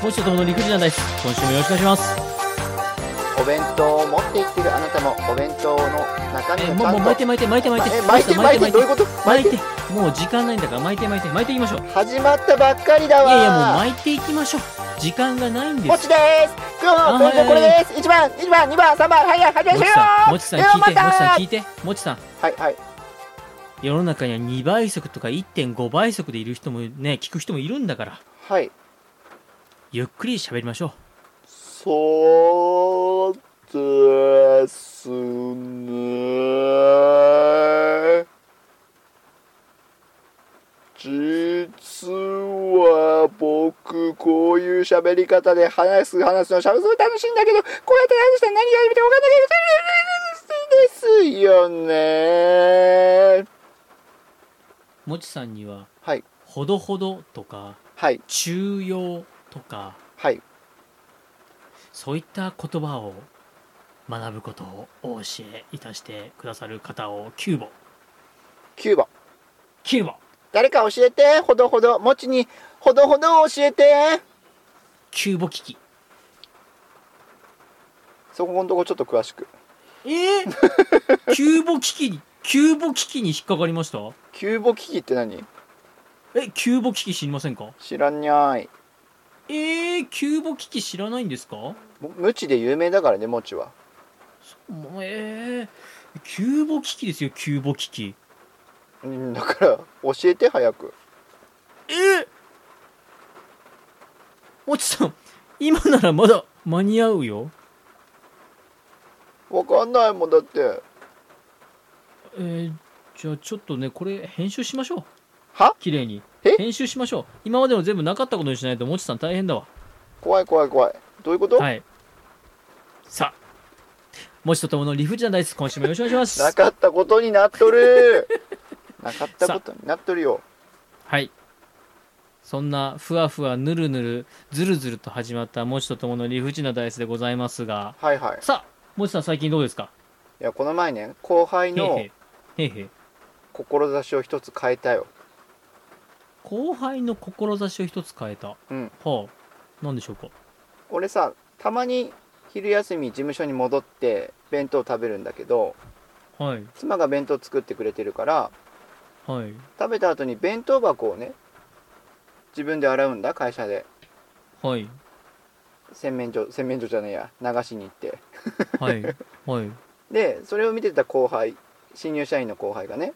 星とともの陸上です今週もよろしくお願いしますお弁当を持って行ってるあなたもお弁当の中身えをもうもうちゃ巻んいとて巻いて巻いて巻いてえ巻いて巻いてどういうこと巻巻いいててもう時間ないんだから巻いて巻いて巻いていきましょう始まったばっかりだいわやいやもう巻いていきましょう時間がないんですもちです今日あのポインはいトこれはです1番2番2番3番はいはい始めもまちしさんょもうちさんでは聞いてまたもちさん聞いてもちさんはいはい世の中には2倍速とか1.5倍速でいる人もね聞く人もいるんだからはいゆっくり喋りましょうそうですね。実は僕、こういう喋り方で話す話すのしゃべすの楽しいんだけど、こうやって話したら何が始めても分かんないけど、ですよね。もちさんにははい、ほどほどとかはい、中庸とかはい。そういった言葉を学ぶことをお教えいたしてくださる方をキューボ9番。キューボ誰か教えて、ほどほど。もちに、ほどほど教えて。キューボ危機そこのとこちょっと詳しく。え ー、キューボ危機にキューボ危機に引っかかりましたキューボ危機って何えキューボ危機知りませんか知らんにゃーいえー、キューボ危機知らないんですかむ無知で有名だからねもちはもうえー、キューボ危機ですよキューボ危機うんだから教えて早くえー、もちさん今ならまだ間に合うよわかんないもんだってえー、じゃあちょっとねこれ編集しましょうは綺麗にえ編集しましょう今までの全部なかったことにしないともちさん大変だわ怖い怖い怖いどういうこと、はいさあもちとともの理不尽なダイス今週もよろしくお願いしますなかったことになっとる なかったことになっとるよはいそんなふわふわぬるぬるずるずると始まったもちとともの理不尽なダイスでございますがはいはいさあもちさん最近どうですかいやこの前ね後輩へのへへへ志を一つ変えたよ後輩の志を一つ変えた、うんはあ何でしょうか俺さたまに昼休み事務所に戻って弁当食べるんだけどはい妻が弁当作ってくれてるからはい食べた後に弁当箱をね自分で洗うんだ会社ではい洗面所洗面所じゃないや流しに行ってはいはいでそれを見てた後輩新入社員の後輩がね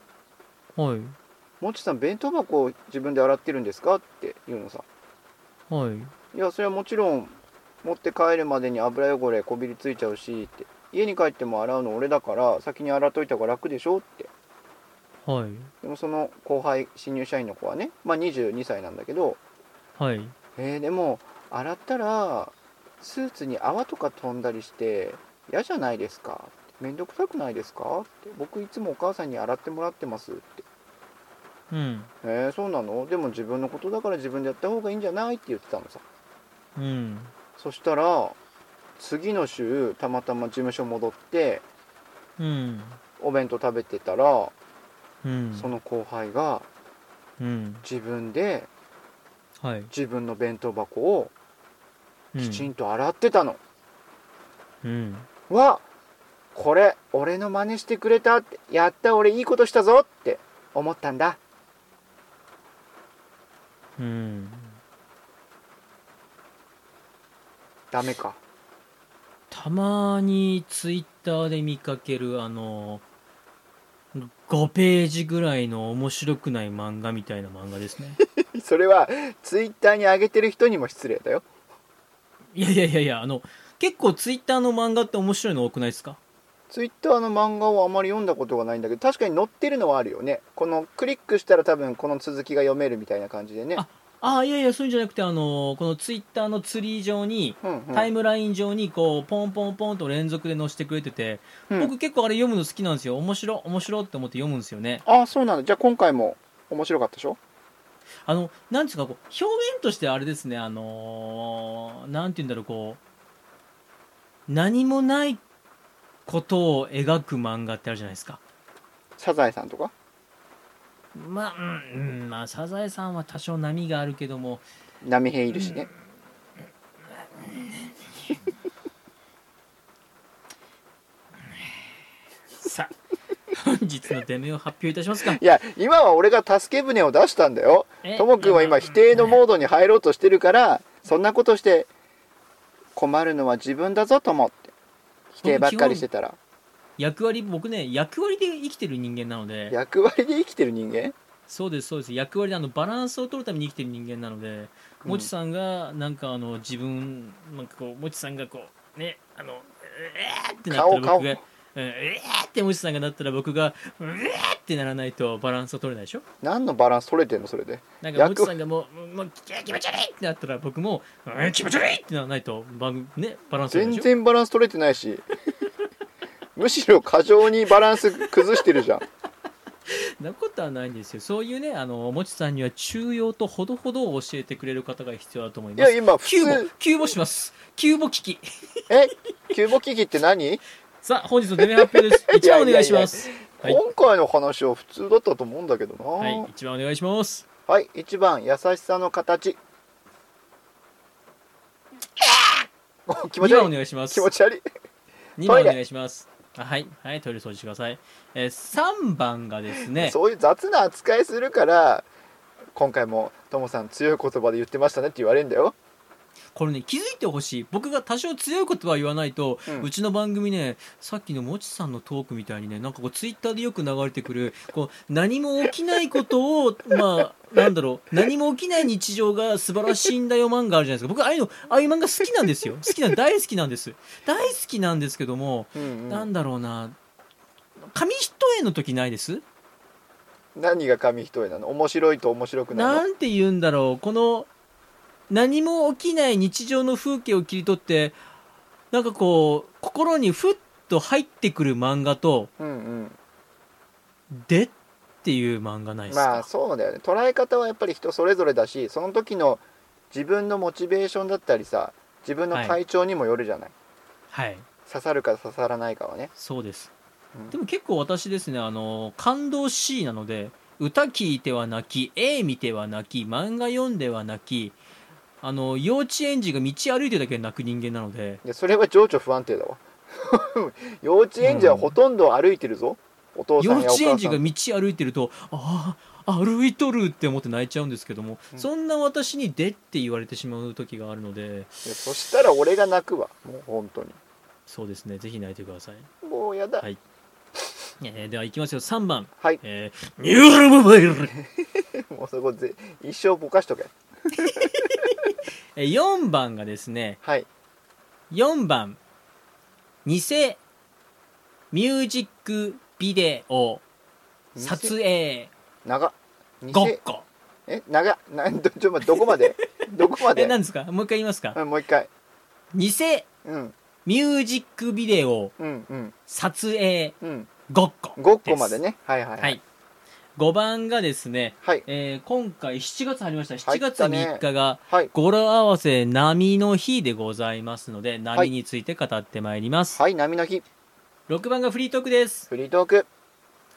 はい「もちさん弁当箱を自分で洗ってるんですか?」って言うのさはい「いやそれはもちろん持って帰るまでに油汚れこびりついちゃうし」って「家に帰っても洗うの俺だから先に洗っといた方が楽でしょ」ってはいでもその後輩新入社員の子はねまあ22歳なんだけどはい「えー、でも洗ったらスーツに泡とか飛んだりして嫌じゃないですか?」めんどくさくないですか?」って「僕いつもお母さんに洗ってもらってます」って。うんえー、そうなのでも自分のことだから自分でやった方がいいんじゃないって言ってたのさうんそしたら次の週たまたま事務所戻ってうんお弁当食べてたらうんその後輩がうん自分ではい自分の弁当箱をうんきちんと洗ってたの、うんわこれ俺の真似してくれたってやった俺いいことしたぞって思ったんだうんダメかたまにツイッターで見かけるあの5ページぐらいの面白くない漫画みたいな漫画ですね それはツイッターに上げてる人にも失礼だよいやいやいやいやあの結構ツイッターの漫画って面白いの多くないですかツイッターの漫画をあまり読んだことがないんだけど確かに載ってるのはあるよねこのクリックしたら多分この続きが読めるみたいな感じでねあああいやいやそういうんじゃなくてあのこのツイッターのツリー上にうんうんタイムライン上にこうポンポンポンと連続で載せてくれてて、うん僕結構あれ読むの好きなんですよ面白面白って思って読むんですよねあそうなんだじゃあ今回も面白かったでしょあの、なんていうか、こう、表現としてあれですね、あのーなんて言うんだろう、こう、何もないことを描く漫画ってあるじゃないですか。サザエさんとかまあ、うん、うんまあ、サザエさんは多少波があるけども、波平いるしね、本日の出目を発表いたしますかいや今は俺が助け舟を出したんだよえともくんは今否定のモードに入ろうとしてるからそんなことして困るのは自分だぞと思って否定ばっかりしてたら役割僕ね役割で生きてる人間なので役割で生きてる人間そうですそうです役割であのバランスを取るために生きてる人間なのでうんもちさんがなんかあの自分なんかこうもちさんがこうねあのえーってなったら顔僕がうんえーってもちさんがなったら僕がえーってならないとバランスを取れないでしょ何のバランス取れてんのそれでなんかもちさんがもうもうき気持ち悪いってなったら僕もうん気持ち悪いってならないと番組ねバランス取れな全いでしょ然バランス取れてないし むしろ過剰にバランス崩して るじゃんそんなことはないんですよそういうねあのもちさんには中庸とほどほどを教えてくれる方が必要だと思いいまやす今普キュー通ボキューボしますキューボ危機えキューボ危機って何、さあ本日のデメ発表です 一番お願いしますはい今回の話は普通だったと思うんだけどなははいい、一番お願いします1番優しさの形お気持二ち番お悪い願いします気持ち悪い二番おトイレ願いしますあはいはいトイレ掃除してくださいえー三番がですねそういう雑な扱いするから今回もともさん強い言葉で言ってましたねって言われるんだよこれね気づいてほしい僕が多少強い言葉を言わないと、ううんちの番組ねさっきのもちさんのトークみたいにねなんかこうツイッターでよく流れてくるこう何も起きないことを まあなんだろう何も起きない日常が素晴らしいんだよ漫画あるじゃないですか僕ああいうのああいう漫画好きなんですよ好きな大好きなんです大好きなんですけども、うんうなんん、だろうな紙一重の時ないです何が紙一重なの面白いと面白くないのなんて言うんだろうこの何も起きない日常の風景を切り取ってなんかこう心にふっと入ってくる漫画とうんでっていう漫画ないうでんすか、まあそうだよね捉え方はやっぱり人それぞれだしその時の自分のモチベーションだったりさ自分の体調にもよるじゃない、はい刺さるか刺さらないかはねそうです、うんでも結構私ですねあの感動 C なので歌聞いては泣き絵見ては泣き漫画読んでは泣きあの幼稚園児が道歩いてるだけで泣く人間なのででそれは情緒不安定だわ 幼稚園児はほとんど歩いてるぞ、お父幼さんやお母稚さん園児が道歩いてるとああ歩いとるって思って泣いちゃうんですけども、うんそんな私に「で」って言われてしまう時があるのでいやそしたら俺が泣くわもう本当にそうですねぜひ泣いてください、もうやだはいえーではいきますよ3番、はいえーニューロモバイル」もうそこぜ一生ぼかしとけえー4番がですねはい4番「偽ミュージックビデオ偽撮影長っ偽ごっこえ長っなんどちょどこま でどこ」まえで何ですかもう一回言いますかうんもう一回「偽うんミュージックビデオうんうん撮影うんごっこ」 5個までねはいはいははいい。5番がですね、はいえー今回7月入りました。入7っ月たね3日がはい語呂合わせ波の日でございますので、波について語ってまいります。はい波の日6番がフリートークです。フリートーク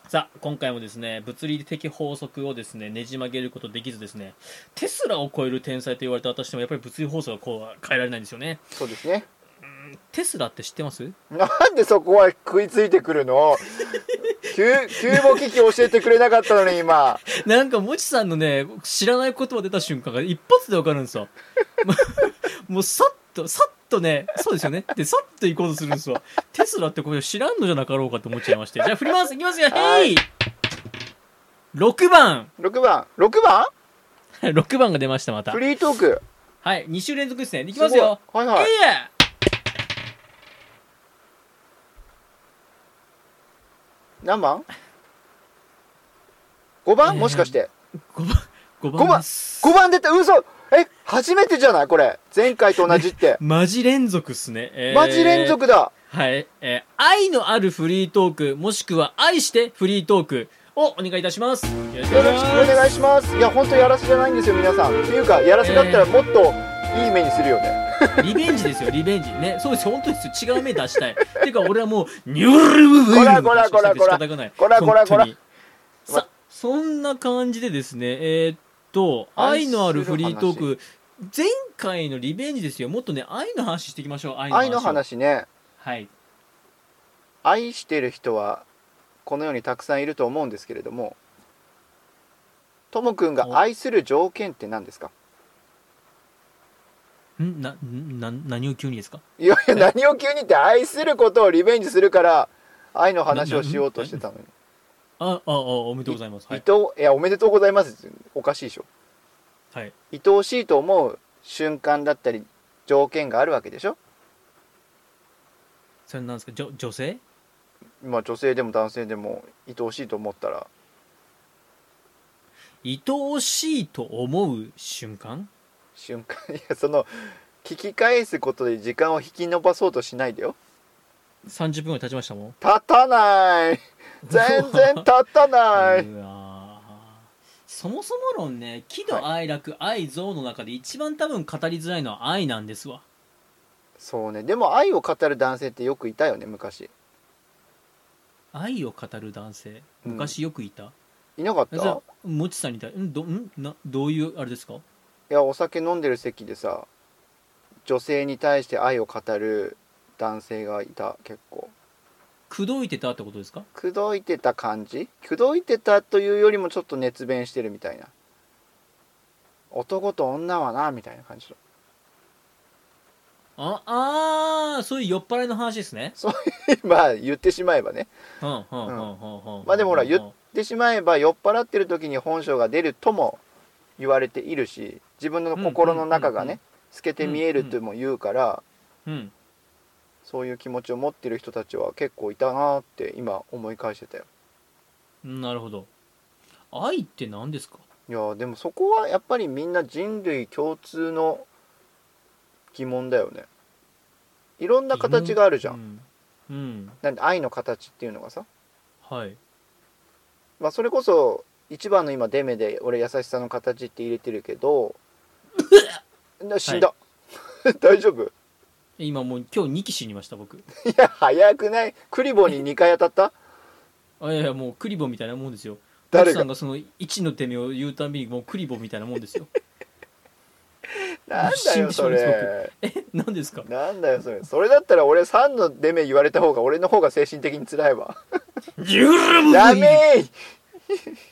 さあ、今回もですね、物理的法則をですね、ねじ曲げることできずですね、テスラを超える天才と言われた私でもやっぱり物理法則はこうは変えられないんですよね。そうですねテスラって知ってますなんでそこは食いついてくるの 急急募機器教えてくれなかったのに今なんか、もちさんのね、知らない言葉出た瞬間が一発でわか るんですよ。もうもう、さっと、さっとね、そうですよね。で、さっと行こうとするんですよ。テスラってこれ知らんのじゃなかろうかと思っちゃいまして。じゃあ振りますいきますよはへいい !6 番6番6番 !6 番が出ました、またフ。リートークはい、2週連続ですね。いいきますよはいはいえいや何番 ?5 番もしかして5番、5番です。 5番出た嘘え初めてじゃないこれ前回と同じってマジ連続っすね。 えーマジ連続だはい、えー愛のあるフリートーク、もしくは愛してフリートークをお願いいたします。よろしくよおろ願いししくおます。願いしますいや本当やらせじゃないんですよ皆さんっていうかやらせだったらもっといい目にするよねリベンジですよ、リベンジ。ね、そうですよ、本当ですよ、違う目出したい。ていうか、俺はもう、ニュルルルルこらこらこらこら仕方がないこらこらこ本ら当にさ、そんな感じでですね、えーっと、愛のあるフリートーク、前回のリベンジですよ、もっとね、愛の話していきましょう、愛の話。愛の話ねはい。愛してる人はこの世にたくさんいると思うんですけれどもともくんが愛する条件って何ですかんなな何を急にですかいやいや何を急にって愛することをリベンジするから愛の話をしようとしてたのにあああおめでとうございますは伊い、藤いやおめでとうございますっておかしいでしょはい、愛おしいと思う瞬間だったり条件があるわけでしょそれなんですかじょ女性まあ女性でも男性でも愛おしいと思ったら愛おしいと思う瞬間瞬間 いやその聞き返すことで時間を引き延ばそうとしないでよ30分ぐらい経ちましたもん立た ない全然立たないうわーそもそも論ね喜怒哀楽、愛憎の中で一番多分語りづらいのは愛なんですわそうねでも愛を語る男性ってよくいたよね昔愛を語る男性うん昔よくいた、いなかっえじゃあたもちさんに対んどんなどういうあれですかいやお酒飲んでる席でさ女性に対して愛を語る男性がいた結構口説いてたってことですか口説いてた感じ口説いてたというよりもちょっと熱弁してるみたいな男と女はなみたいな感じのああーそういう酔っ払いの話ですね まあ言ってしまえばねうんうんうんうんうんまあでもほらうん言ってしまえば酔っ払ってる時に本性が出るとも言われているし自分の心の中がうんうんうんうんね透けて見えるとも言うからうんそういう気持ちを持ってる人たちは結構いたなって今思い返してたよなるほど愛って何ですかいやでもそこはやっぱりみんな人類共通の疑問だよねいろんな形があるじゃん、んうん、うん、なんで愛の形っていうのがさ、はいまあ、それこそ一番の今デメで俺優しさの形って入れてるけ どな死んだ、 大丈夫今もう今日2期死にました僕いや早くないクリボーに2回当たったあいやいやもうクリボーみたいなもんですよ誰奥がさんがその1の手目を言うたびにもうクリボーみたいなもんですよなんだ 死んよでしまそいますれえ何ですかなんだよそれそれだったら俺3の出目言われた方が俺の方が精神的に辛いわゆるむダメ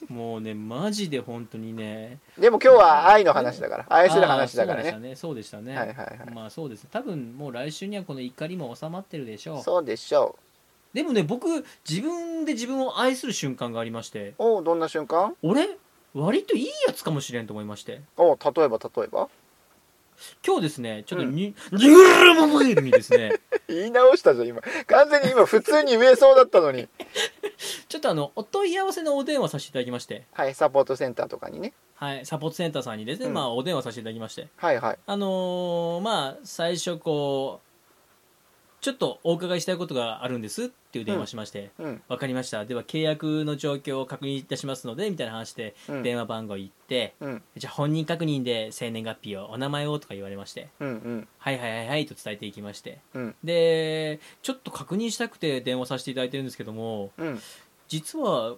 もうねマジで本当にねーでも今日は愛の話だから愛する話だからあねーそうでしたねそうでしたね、はいはいはいまあそうです多分もう来週にはこの怒りも収まってるでしょうそうでしょでもね僕自分で自分を愛する瞬間がありましてうおうどんな瞬間俺割といいやつかもしれんと思いましておう例えば例えば今日ですねちょっとうんニュニュルモモイルにですね言い直したじゃん今完全に今普通に言えそうだったのにちょっとあのお問い合わせのお電話させていただきまして はいサポートセンターとかにねはい、サポートセンターさんにですね、うんまあ、お電話させていただきまして、はいはいあのーまあ、最初こう、ちょっとお伺いしたいことがあるんですっていう電話しまして、うんわ、かりました、では契約の状況を確認いたしますので、みたいな話で、うん電話番号言って、うんじゃあ本人確認で生年月日を、お名前をとか言われまして、うんうんはいはいはいはいと伝えていきまして、うんで、ちょっと確認したくて電話させていただいてるんですけども、うん実は、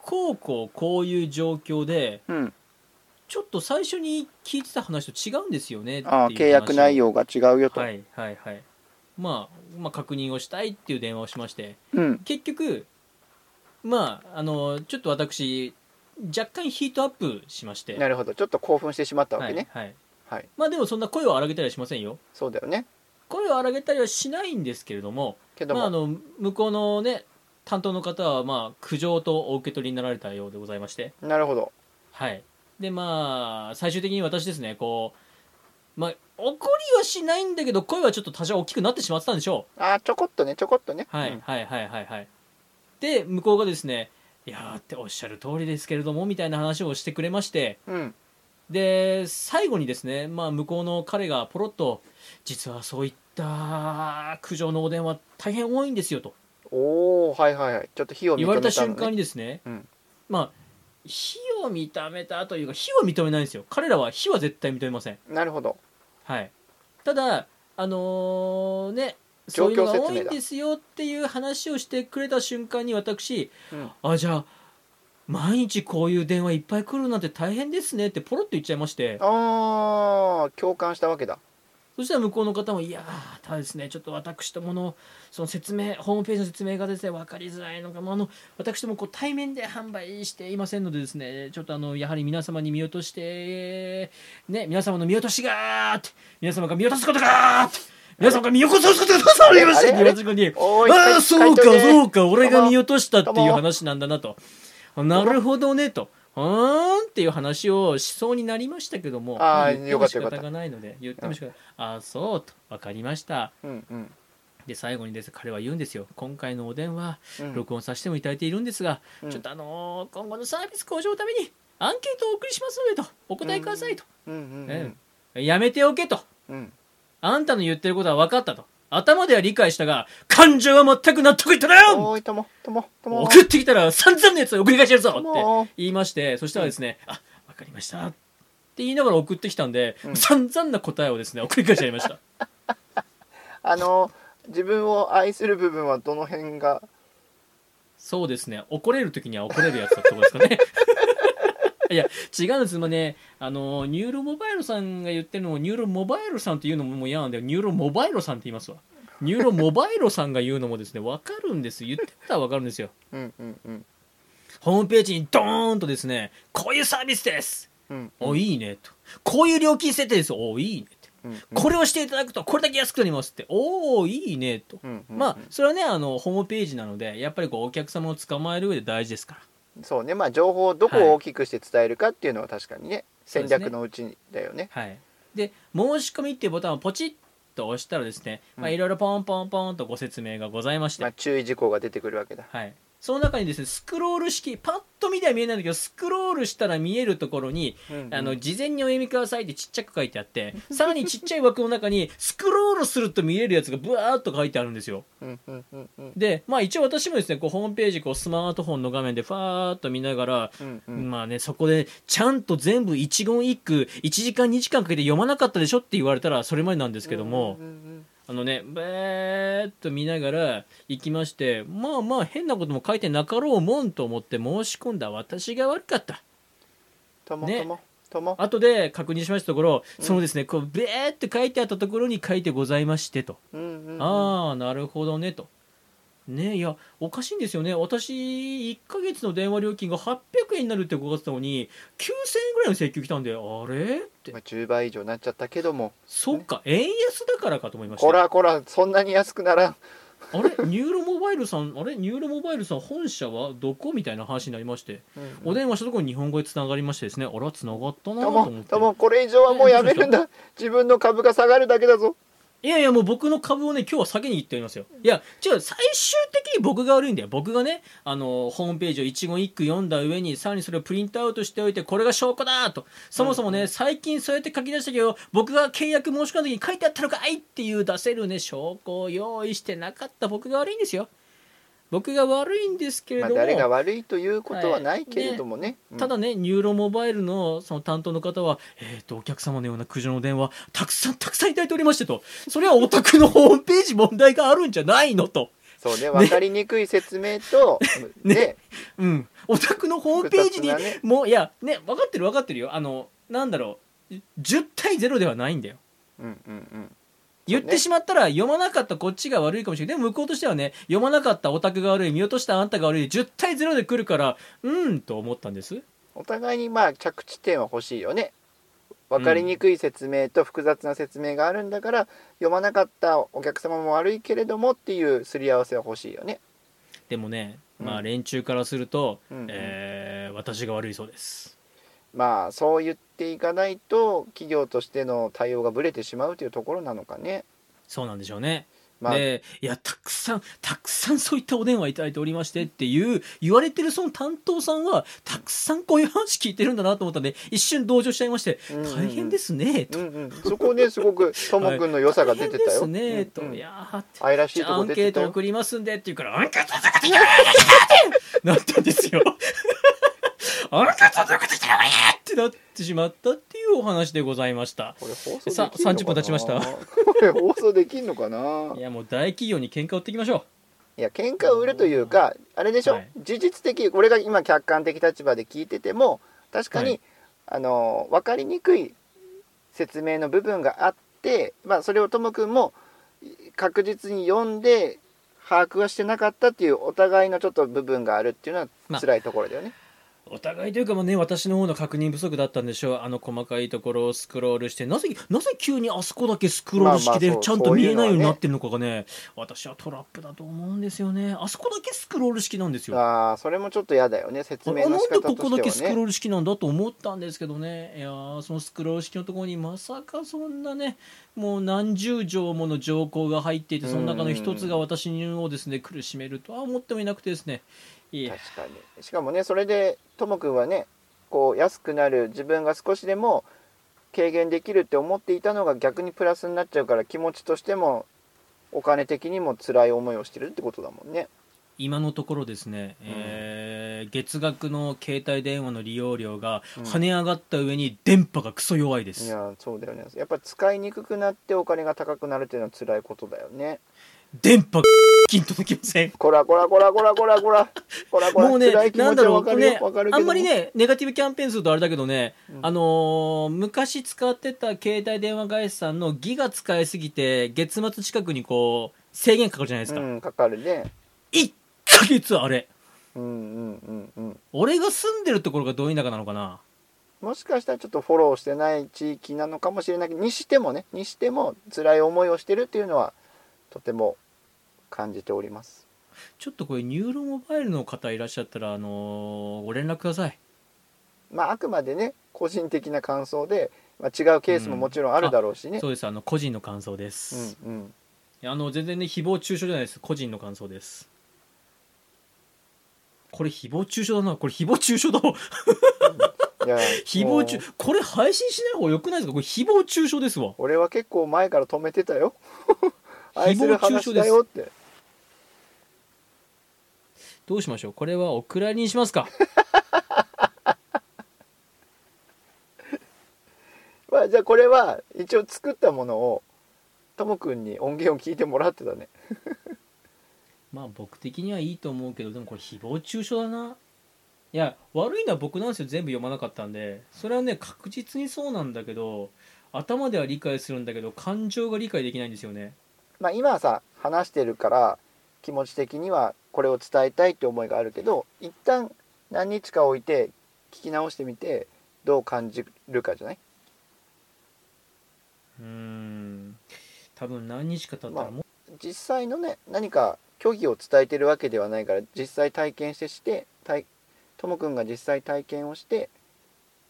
こうこうこういう状況で、うんちょっと最初に聞いてた話と違うんですよねあっあていう話契約内容が違うよと、はいはいはい、まあ、まあ確認をしたいっていう電話をしましてうん結局まああのちょっと私若干ヒートアップしましてなるほどちょっと興奮してしまったわはけいね、はいはい、まあでもそんな声を荒げたりはしませんよそうだよね。声を荒げたりはしないんですけれどもけども、まあ、あの向こうのね担当の方はまあ苦情とお受け取りになられたようでございましてなるほど。はい、でまあ最終的に私ですねこう、まあ、怒りはしないんだけど声はちょっと多少大きくなってしまってたんでしょあーちょこっとね、ちょこっとね。う、はいうんはいはいはいはいで向こうがですね「いやーっておっしゃる通りですけれども」みたいな話をしてくれましてうん。で最後にですね、まあ、向こうの彼がポロッと「実はそういった苦情のお電話大変多いんですよ」とおお、はいはいはい。ちょっと火を言認めたわの、れね、た瞬間にですね、うんまあ火を認めたというか火を認めないんですよ彼らは火は絶対認めませんなるほど。はい、ただ、あのーね、状そういうの況が説明だ多いんですよっていう話をしてくれた瞬間に私、うんあじゃあ、毎日こういう電話いっぱい来るなんて大変ですねってポロッと言っちゃいまして、ああ、共感したわけだ。そしたら向こうの方も「いやーただですねちょっと私どものその説明ホームページの説明がですね分かりづらいのが、まあ、あの私どもこう対面で販売していませんのでですねちょっとあのやはり皆様に見落としてね皆様の見落としがーって皆様が見落とすことがーって皆様が見落とすことがーって言いましたって言われた時におーいああそうか回答ねそうか俺が見落としたってどういうも話なんだなとなるほどねとうーんっていう話をしそうになりましたけどもあーま言っても仕よかったよかった方がないので言っても仕方ないああそうと分かりましたうんうんで最後にですね彼は言うんですよ今回のお電話うん録音させてもいただいているんですが、うんちょっとあのー今後のサービス向上のためにアンケートをお送りしますのでとお答えくださいと、うんうんねやめておけとうんうんあんたの言ってることは分かったと頭では理解したが感情は全く納得いったなよおーいともともとも送ってきたら散々なやつを送り返してやるぞもっうて言いましてそしたらですね、あわかりましたって言いながら送ってきたんで、うん散々な答えをですね送り返しちゃいましたあの自分を愛する部分はどの辺がそうですね怒れる時には怒れるやつだったことですか ねいや違うんです今ねあのニューロモバイルさんが言ってるのもニューロモバイルさんっていうのももう嫌なんだよニューロモバイルさんって言いますわニューロモバイルさんが言うのもですね分かるんです言ってたら分かるんですようんうんうんホームページにドーンとですねこういうサービスですうんおいいねとこういう料金設定ですおいいねってうんうんこれをしていただくとこれだけ安くなりますっておおいいねと、うんうんまあそれはねあのホームページなのでやっぱりこうお客様を捕まえる上で大事ですからそうねまあ情報をどこを大きくして伝えるかっていうのは確かにねそうで戦すね略のうちだよねはいで申し込みっていうボタンをポチッと押したらですねまあうんいろいろポンポンポンとご説明がございまして、まあ注意事項が出てくるわけだはいその中にですねスクロール式パッと見では見えないんだけどスクロールしたら見えるところにうんうんあの事前にお読みくださいってちっちゃく書いてあってさらにちっちゃい枠の中にスクロールすると見れるやつがブワーっと書いてあるんですようんうんうんうんでまあ一応私もですねこうホームページこうスマートフォンの画面でファーっと見ながら、うんうんまあねそこでちゃんと全部一言一句1時間2時間かけて読まなかったでしょって言われたらそれまでなんですけども、うんうんあのねべーっと見ながら行きましてまあまあ変なことも書いてなかろうもんと思って申し込んだ私が悪かったともねともとも後で確認しましたところ、そのですねこうべーって書いてあったところに書いてございましてと、うんうんうんああなるほどねとねいやおかしいんですよね私1ヶ月の電話料金が800円になるって伺ってたのに9000円ぐらいの請求来たんであれってまあ10倍以上になっちゃったけどもそっか円安だからかと思いましこたらこらそんなに安くならんあれニューロモバイルさんあれニューロモバイルさん本社はどこみたいな話になりましてお電話したところに日本語で繋がりましてですねあら繋がったなとと思もってともこれ以上はもうやめるんだ自分の株が下がるだけだぞいやいや、もう僕の株をね、今日は下げに行っておりますよ。いや、違う、最終的に僕が悪いんだよ。僕がね、あの、ホームページを一言一句読んだ上に、さらにそれをプリントアウトしておいて、これが証拠だと。そもそもね、最近そうやって書き出したけど、僕が契約申し込んだ時に書いてあったのかいっていう出せるね、証拠を用意してなかった僕が悪いんですよ。僕が悪いんですけれまどあも、誰が悪いということはないけれどもねうんただね、ニューロモバイルのその担当の方は、えー、とお客様のような苦情の電話、たくさんたくさんいただいておりましてと、それはお宅のホームページ問題があるんじゃないのと、そうね分かりにくい説明とねうん、お宅のホームページに、複雑なねもう、いや、ね、分かってる分かってるよ、あの、なんだろう、10対0ではないんだよ。うんうんうん言ってしまったら読まなかったこっちが悪いかもしれない。でも向こうとしてはね、読まなかったオタクが悪い、見落としたあんたが悪い、10対0で来るから、うんと思ったんです。お互いにまあ着地点は欲しいよね分かりにくい説明と複雑な説明があるんだから、読まなかったお客様も悪いけれどもっていうすり合わせは欲しいよねでもね、まうあん連中からすると、うんうんえー私が悪いそうです。まあそう言っていかないと企業としての対応がブレてしまうというところなのかねそうなんでしょうね。まあ、でいやたくさんたくさんそういったお電話いただいておりましてっていう言われてるその担当さんはたくさんこういう話聞いてるんだなと思ったんで一瞬同情しちゃいましてうんうんうん大変ですねうとんうん、そこねすごくともくんの良さ が出てた大よ、変ですねとうんうんいやーって愛らしじいゃとあアこン出ケてーたトよ送りますんでって言うからアンケート送ってきてなったんです よアンケート送ってきてってなってしまったっていうお話でございましたこれ放送できんのかなさ30分経ちましたこれ 放送できんのかないやもう大企業に喧嘩売っていきましょいや喧嘩を売るというかあれでしょ、はい事実的俺が今客観的立場で聞いてても確かに、はいあの分かりにくい説明の部分があっって、まあ、それをともくんも確実に読んで把握はしてなかったっていうお互いのちょっと部分があるっていうのまはあ辛いところだよね。お互いというかもうね私の方の確認不足だったんでしょうあの細かいところをスクロールしてなぜなぜ急にあそこだけスクロール式まあでまあそうちゃんと見えないようにそういうのはねなってるのかがね私はトラップだと思うんですよねあそこだけスクロール式なんですよあああそれもちょっと嫌だよね説明なのん仕で方とここだけスしクてはロね。ール式なんだと思ったんですけどねいやーそのスクロール式のところにまさかそんなねもう何十条もの条項が入っていてその中の一つが私をですね苦しめるとは思ってもいなくてですねいや確かにしかもねそれでともくんはねこう安くなる自分が少しでも軽減できるって思っていたのが逆にプラスになっちゃうから気持ちとしてもお金的にも辛い思いをしてるってことだもんね。今のところですね、えー月額の携帯電話の利用料がうん跳ね上がった上に電波がクソ弱いでいす、やそうだよねやっぱ使いにくくなってお金が高くなるっていうのは辛いことだよね。電波が金届きませんこらこらこらこらこらこらこ らこらもうね辛い気な持んちだはろわかうるよねわかるけどあんまりもねネガティブキャンペーンするとあれだけどね、うんあのー昔使ってた携帯電話会社さんのギガ使いすぎて月末近くにこう制限かかるじゃないですか、うんかかるね。 1ヶ月あれうんうんうんうん。俺が住んでるところがどういう田舎なのかなもしかしたらちょっとフォローしてない地域なのかもしれないけどにしてもねにしても辛い思いをしてるっていうのはとても感じておりますちょっとこれニューロモバイルの方いらっしゃったらあのーご連絡くださいまああくまでね個人的な感想で、まあ、違うケースももちろんあるだろうしね、そうですあの個人の感想でうんす、うんいやあの全然ね誹謗中傷じゃないです個人の感想ですこれ誹謗中傷だなこれ誹謗中傷だ いや誹謗中もうこれ配信しない方がよくないですかこれ誹謗中傷ですわ俺は結構前から止めてたよ 誹謗愛する中話傷ですだよってどうしましょうこれはお蔵入りにしますか まあじゃあこれは一応作ったものをともくんに音源を聞いてもらってたねまあ僕的にはいいと思うけどでもこれ誹謗中傷だないや悪いのは僕なんですよ全部読まなかったんでそれはね確実にそうなんだけど頭では理解するんだけど感情が理解できないんですよねまあ、今はさ話してるから気持ち的にはこれを伝えたいって思いがあるけど一旦何日か置いて聞き直してみてどう感じるかじゃないうーん多分何日か経ったまらあもう、実際のね何か虚偽を伝えてるわけではないから実際体験してして体ともくんが実際体験をして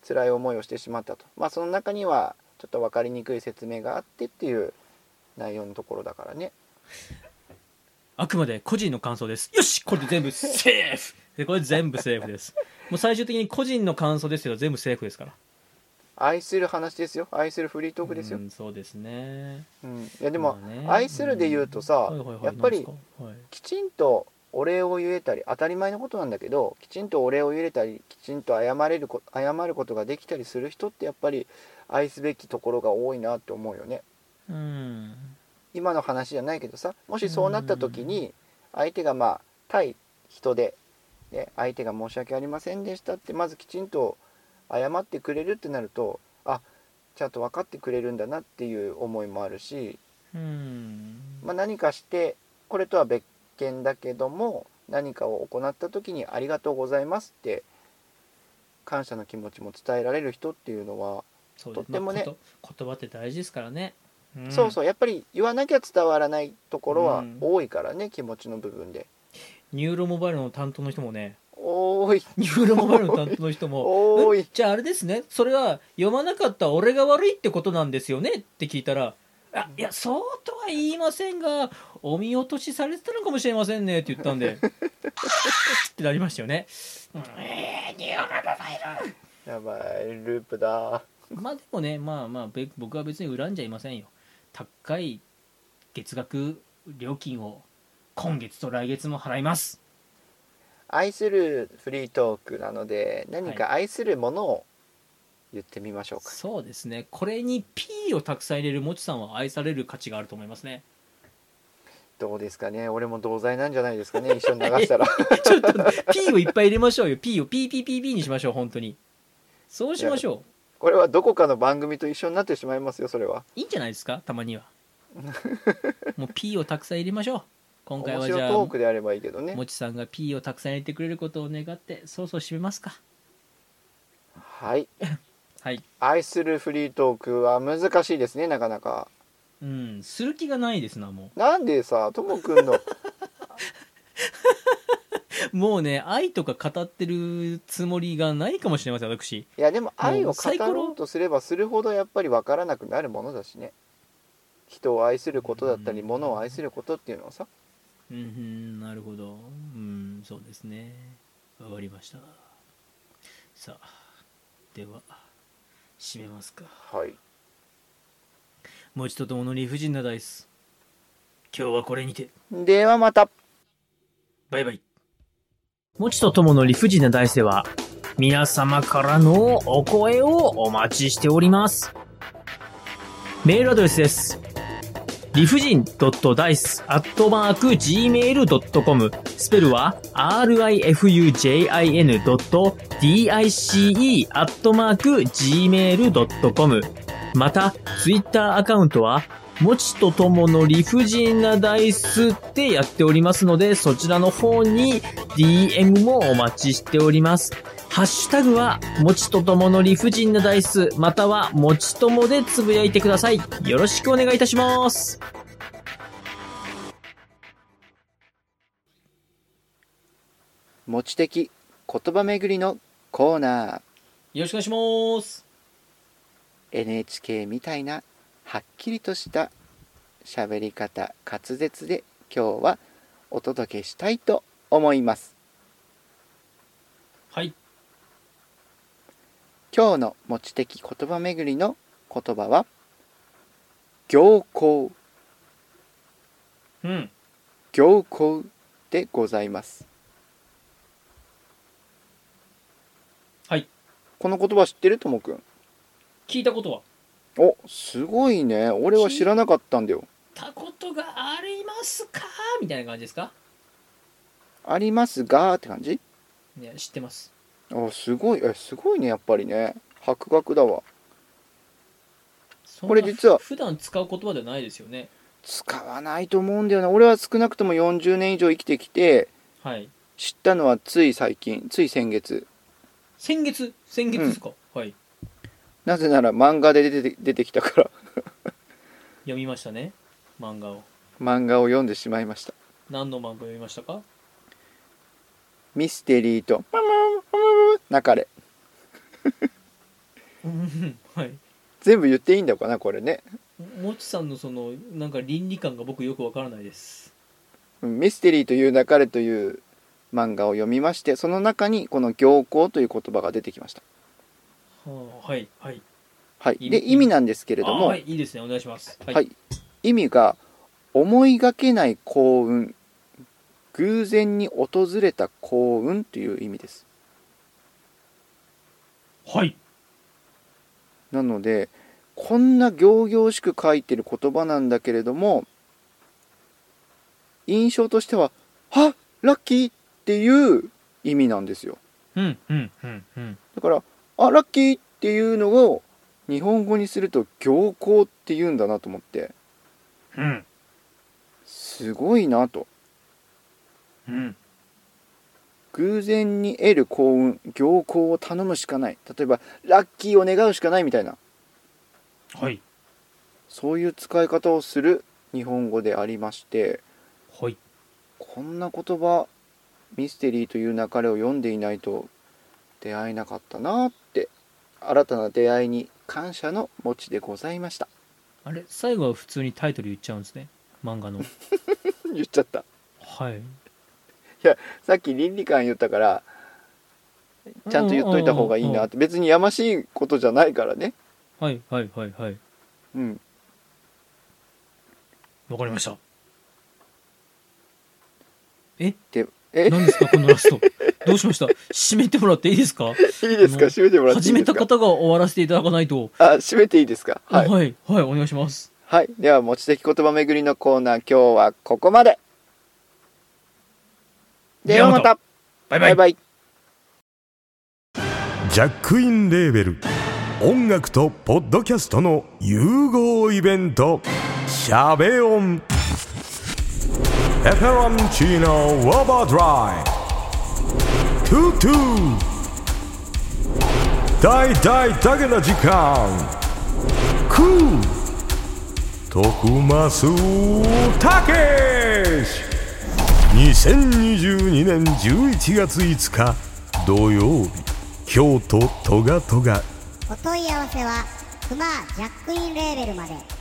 辛い思いをしてしまったとまあその中にはちょっと分かりにくい説明があってっていう内容のところだからねあくまで個人の感想ですよしこれで全部セーフ でこれ全部セーフですもう最終的に個人の感想ですけど全部セーフですから愛する話ですよ愛するフリートークですよう、んそうですねうん、いやでも、まあね愛するで言うとさ、はいはいはいやっぱりなんですかはいきちんとお礼を言えたり当たり前のことなんだけどきちんとお礼を言えたりきちんと謝れるこ謝ることができたりする人ってやっぱり愛すべきところが多いなって思うよねうん今の話じゃないけどさもしそうなった時に相手がまあ対人でで相手が申し訳ありませんでしたってまずきちんと謝ってくれるってなるとあちゃんと分かってくれるんだなっていう思いもあるしうんまあ、何かしてこれとは別件だけども何かを行った時に「ありがとうございます」って感謝の気持ちも伝えられる人っていうのは、そうとでっすてもねまあこと言葉って大事ですからね、んそうそうやっぱり言わなきゃ伝わらないところはうん多いからね、気持ちの部分で ニューロモバイルの担当の人もね多いニューロモバイルの担当の人も多いうんじゃああれですねそれは読まなかった俺が悪いってことなんですよねって聞いたらあいやそうとは言いませんがお見落としされてたのかもしれませんねって言ったんで ってなりましたよね、うんえーニューロモバイルやばいループだまあでもねまあまあべ僕は別に恨んじゃいませんよ高い月額料金を今月と来月も払います愛するフリートークなので何か愛するものを言ってみましょうか、そうですねこれに P をたくさん入れるもちさんは愛される価値があると思いますねどうですかね俺も同罪なんじゃないですかね一緒に流したら ちょっと P をいっぱい入れましょうよ P を PPPP にしましょう本当にそうしましょこれはどこかの番組と一緒になってしまいますよそれはいいんじゃないですかたま にはもう P をたくさん入れましょう今回面はじ白ゃあトークであればいいけどねもちさんが P をたくさん入れてくれることを願ってそうそう締めますかはいはい愛するフリートークは難しいですねなかなかうんする気がないですなもなんでさと もくんのうもうね愛とか語ってるつもりがないかもしれません私いやでも愛もをうサイコ語ロろうとすればするほどやっぱり分からなくなるものだしね人を愛することだったりうん物を愛することっていうのはさうんうんなるほどうんそうですねわかりましたさあでは締めますかはいもちとともの理不尽なダイス今日はこれにてではまたバイバイ。もちとともの理不尽な大世は、皆様からのお声をお待ちしております。メールアドレスです。理不尽 .dice.gmail.com スペルは rifujin.dice.gmail.com また、ツイッターアカウントは、もちとともの理不尽なダイスってやっておりますので、そちらの方に DM もお待ちしております。ハッシュタグは、もちとともの理不尽なダイス、または、もちともでつぶやいてください。よろしくお願いいたします。持ち的言葉巡りのコーナーよろしくお願いします。 NHK みたいなはっきりとした喋り方滑舌で今日はお届けしたいと思いますはい。今日の持ち的言葉巡りの言葉は行幸うん。行幸でございますはいこの言葉知ってるともくん聞いたことはおすごいね俺は知らなかったんだよたことがありますかみたいな感じですかありますがって感じね、知ってます。あすごいえすごいねやっぱりね博学だわそこれ実は普段使う言葉ではないですよね。使わないと思うんだよな俺は少なくとも40年以上生きてきてはい。知ったのはつい最近つい先月先月、先月ですか、はい。なぜなら漫画で出て出てきたから 読みましたね漫画を漫画を読んでしまいました何の漫画読みましたかミステリーと「なかれうん はい」全部言っていいんだかなこれねもちさんのそのなんか倫理観が僕よくわからないですうんミステリーというなかれという漫画を読みましてその中にこの「行幸」という言葉が出てきましたはあ、はいはいはいいでい意味なんですけれあども、はいいいですねお願いしますははい意味が思いがけない幸運偶然に訪れた幸運という意味ですはいなのでこんな仰々しく書いてる言葉なんだけれども印象としては「あラッキー!」っていう意味なんですようんうんうんうんだから「あラッキー!」っていうのを日本語にすると「行幸」っていうんだなと思ってうんすごいなとうん偶然に得る幸運行幸を頼むしかない例えばラッキーを願うしかないみたいなはいそういう使い方をする日本語でありましてはいこんな言葉ミステリーという流れを読んでいないと出会えなかったなって新たな出会いに感謝の持ちでございました あれ最後は普通にタイトル言っちゃうんですね漫画の言っちゃったはいさっき倫理観言ったからちゃんと言っといた方がいいなって別にやましいことじゃないからねはいはいはいはいうんわかりましたええい何ですかこのラストどうしました締めてもらっていいですかいですか閉めてもらってい始いでめすたか方が終わらせていただかないと。あ閉めていいですかははいい、はい、お願いします。はい、では持ち的言葉巡りのコーナー今日はここまでではまたバイバイバイジャックインレーベル音楽とポッドキャストの融合イベント「シャベオン」「エフェロンチーノウォーバードライ」「トゥトゥ」「大大だけな時間」「クー」「徳マスたけし」2022年11月5日土曜日京都トガトガお問い合わせはクマジャックインレーベルまで